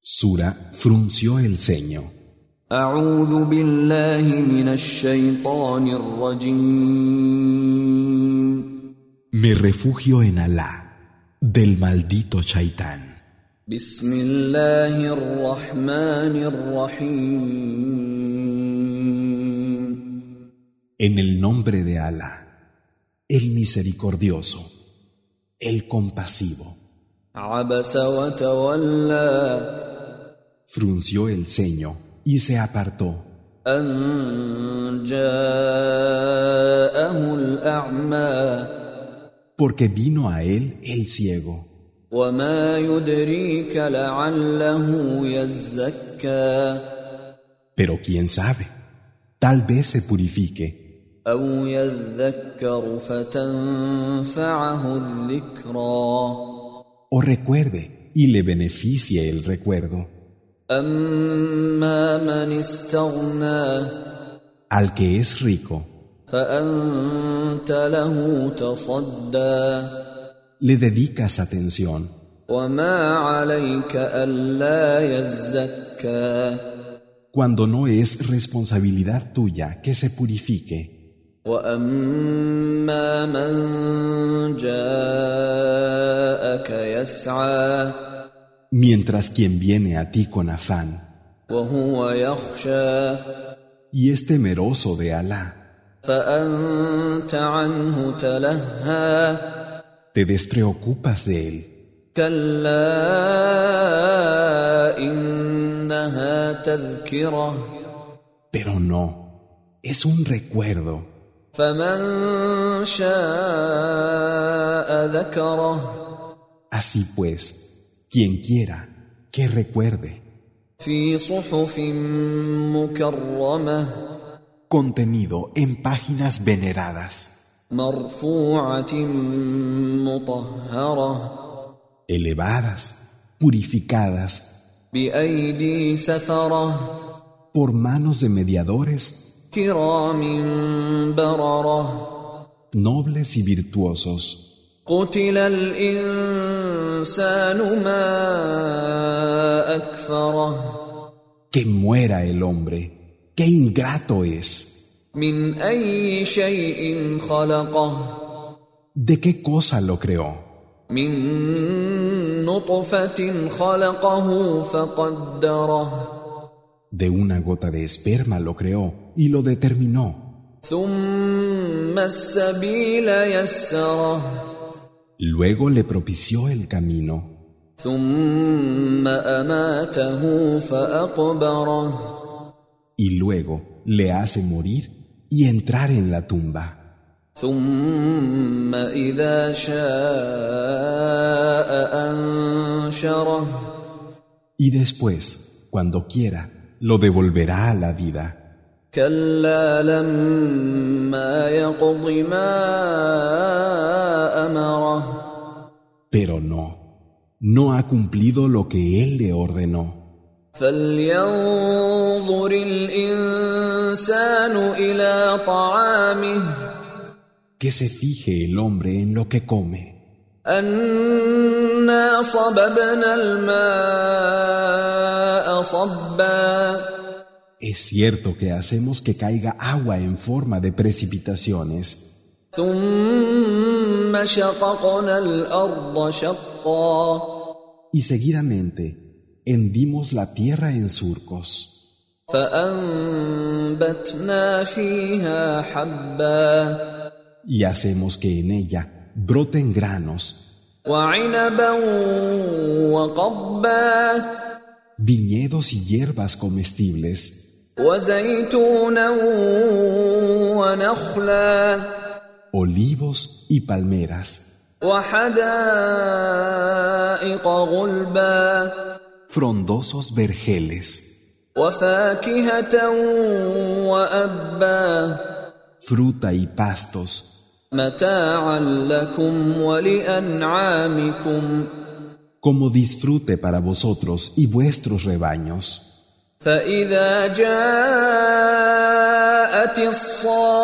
Sura frunció el ceño. أعوذ بالله من الشيطان الرجيم Me refugio en Alá, del maldito Shaitán. بسم الله الرحمن الرحيم En el nombre de Alá, el misericordioso, el compasivo. عبس وتولى Frunció el ceño y se apartó. أن جاءه الأعمى porque vino a él el ciego. وما يدريك لعله يزكى Pero quién sabe, tal vez se purifique أو يذكر فتنفعه الذكرى o recuerde y le beneficie el recuerdo. أما من استغنى Al que es rico, فأنت له تصدى le dedicas atención, وما عليك ألا يزكى cuando no es responsabilidad tuya que se purifique. وأما من جاءك يسعى Mientras quien viene a ti con afán وهو يخشى y es temeroso de Alá, فأنت عنه تلهى te despreocupas de él. كلا إنها تذكرة Pero no, es un recuerdo. فمن شاء ذكره Así pues, quien quiera que recuerde. في صحف مكرمة contenido en páginas veneradas, مرفوعة مطهرة elevadas, purificadas, بأيدي سفرة por manos de mediadores كرام بررة nobles y virtuosos. قتل الإنسان ما أكفره Que muera el hombre, qué ingrato es. من أي شيء خلقه ¿De qué cosa lo creó? من نطفة خلقه فقدره De una gota de esperma lo creó y lo determinó. ثم السبيل يسره Luego le propició el camino, ثم أماته فأقبره y luego le hace morir y entrar en la tumba. ثم إذا شاء أنشره Y después, cuando quiera, lo devolverá a la vida. كلا لما يقض ما أمره Pero no, no ha cumplido lo que él le ordenó. فلينظر الإنسان إلى طعامه Que se fije el hombre en lo que come, أنا صببنا الماء صبا es cierto que hacemos que caiga agua en forma de precipitaciones, ثم شققنا الأرض شقا y seguidamente hendimos la tierra en surcos, فأنبتنا فيها حبا y hacemos que en ella broten granos, وعنبا وقبا viñedos y hierbas comestibles, وزيتونا ونخلا olivos y palmeras, وحدائق غلبا frondosos vergeles, وفاكهة وأبا fruta y pastos, متاعا لكم ولأنعامكم como disfrute para vosotros y vuestros rebaños. فإذا جاءت الصاخة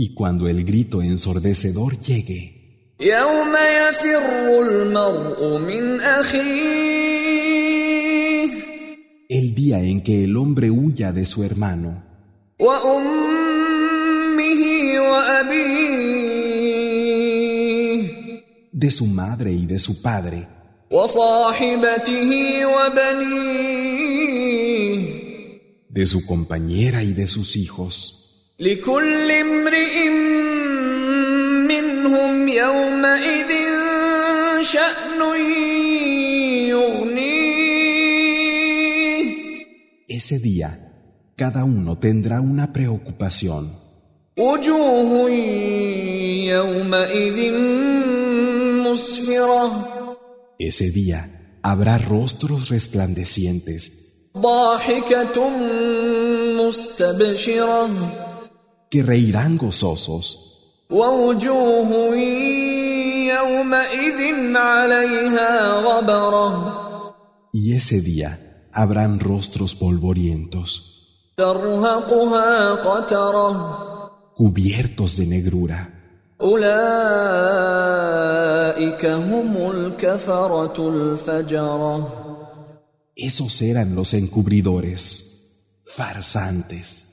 Y cuando el grito ensordecedor llegue, يوم يفر المرء من أخيه el día en que el hombre huya de su hermano, وأمه وأبيه de su madre y de su padre, وصاحبته وبنيه de su compañera y de sus hijos. لكل امرئ منهم يومئذ شأن يغنيه Ese día, cada uno tendrá una preocupación. وجوه يومئذ مسفرة Ese día, habrá rostros resplandecientes ضاحكة مستبشرة que reirán gozosos ووجوه يومئذ عليها غبرة y ese día, habrán rostros polvorientos, ترهقها قترة cubiertos de negrura. أولئك هم الكفرة الفجرة Esos eran los encubridores, farsantes.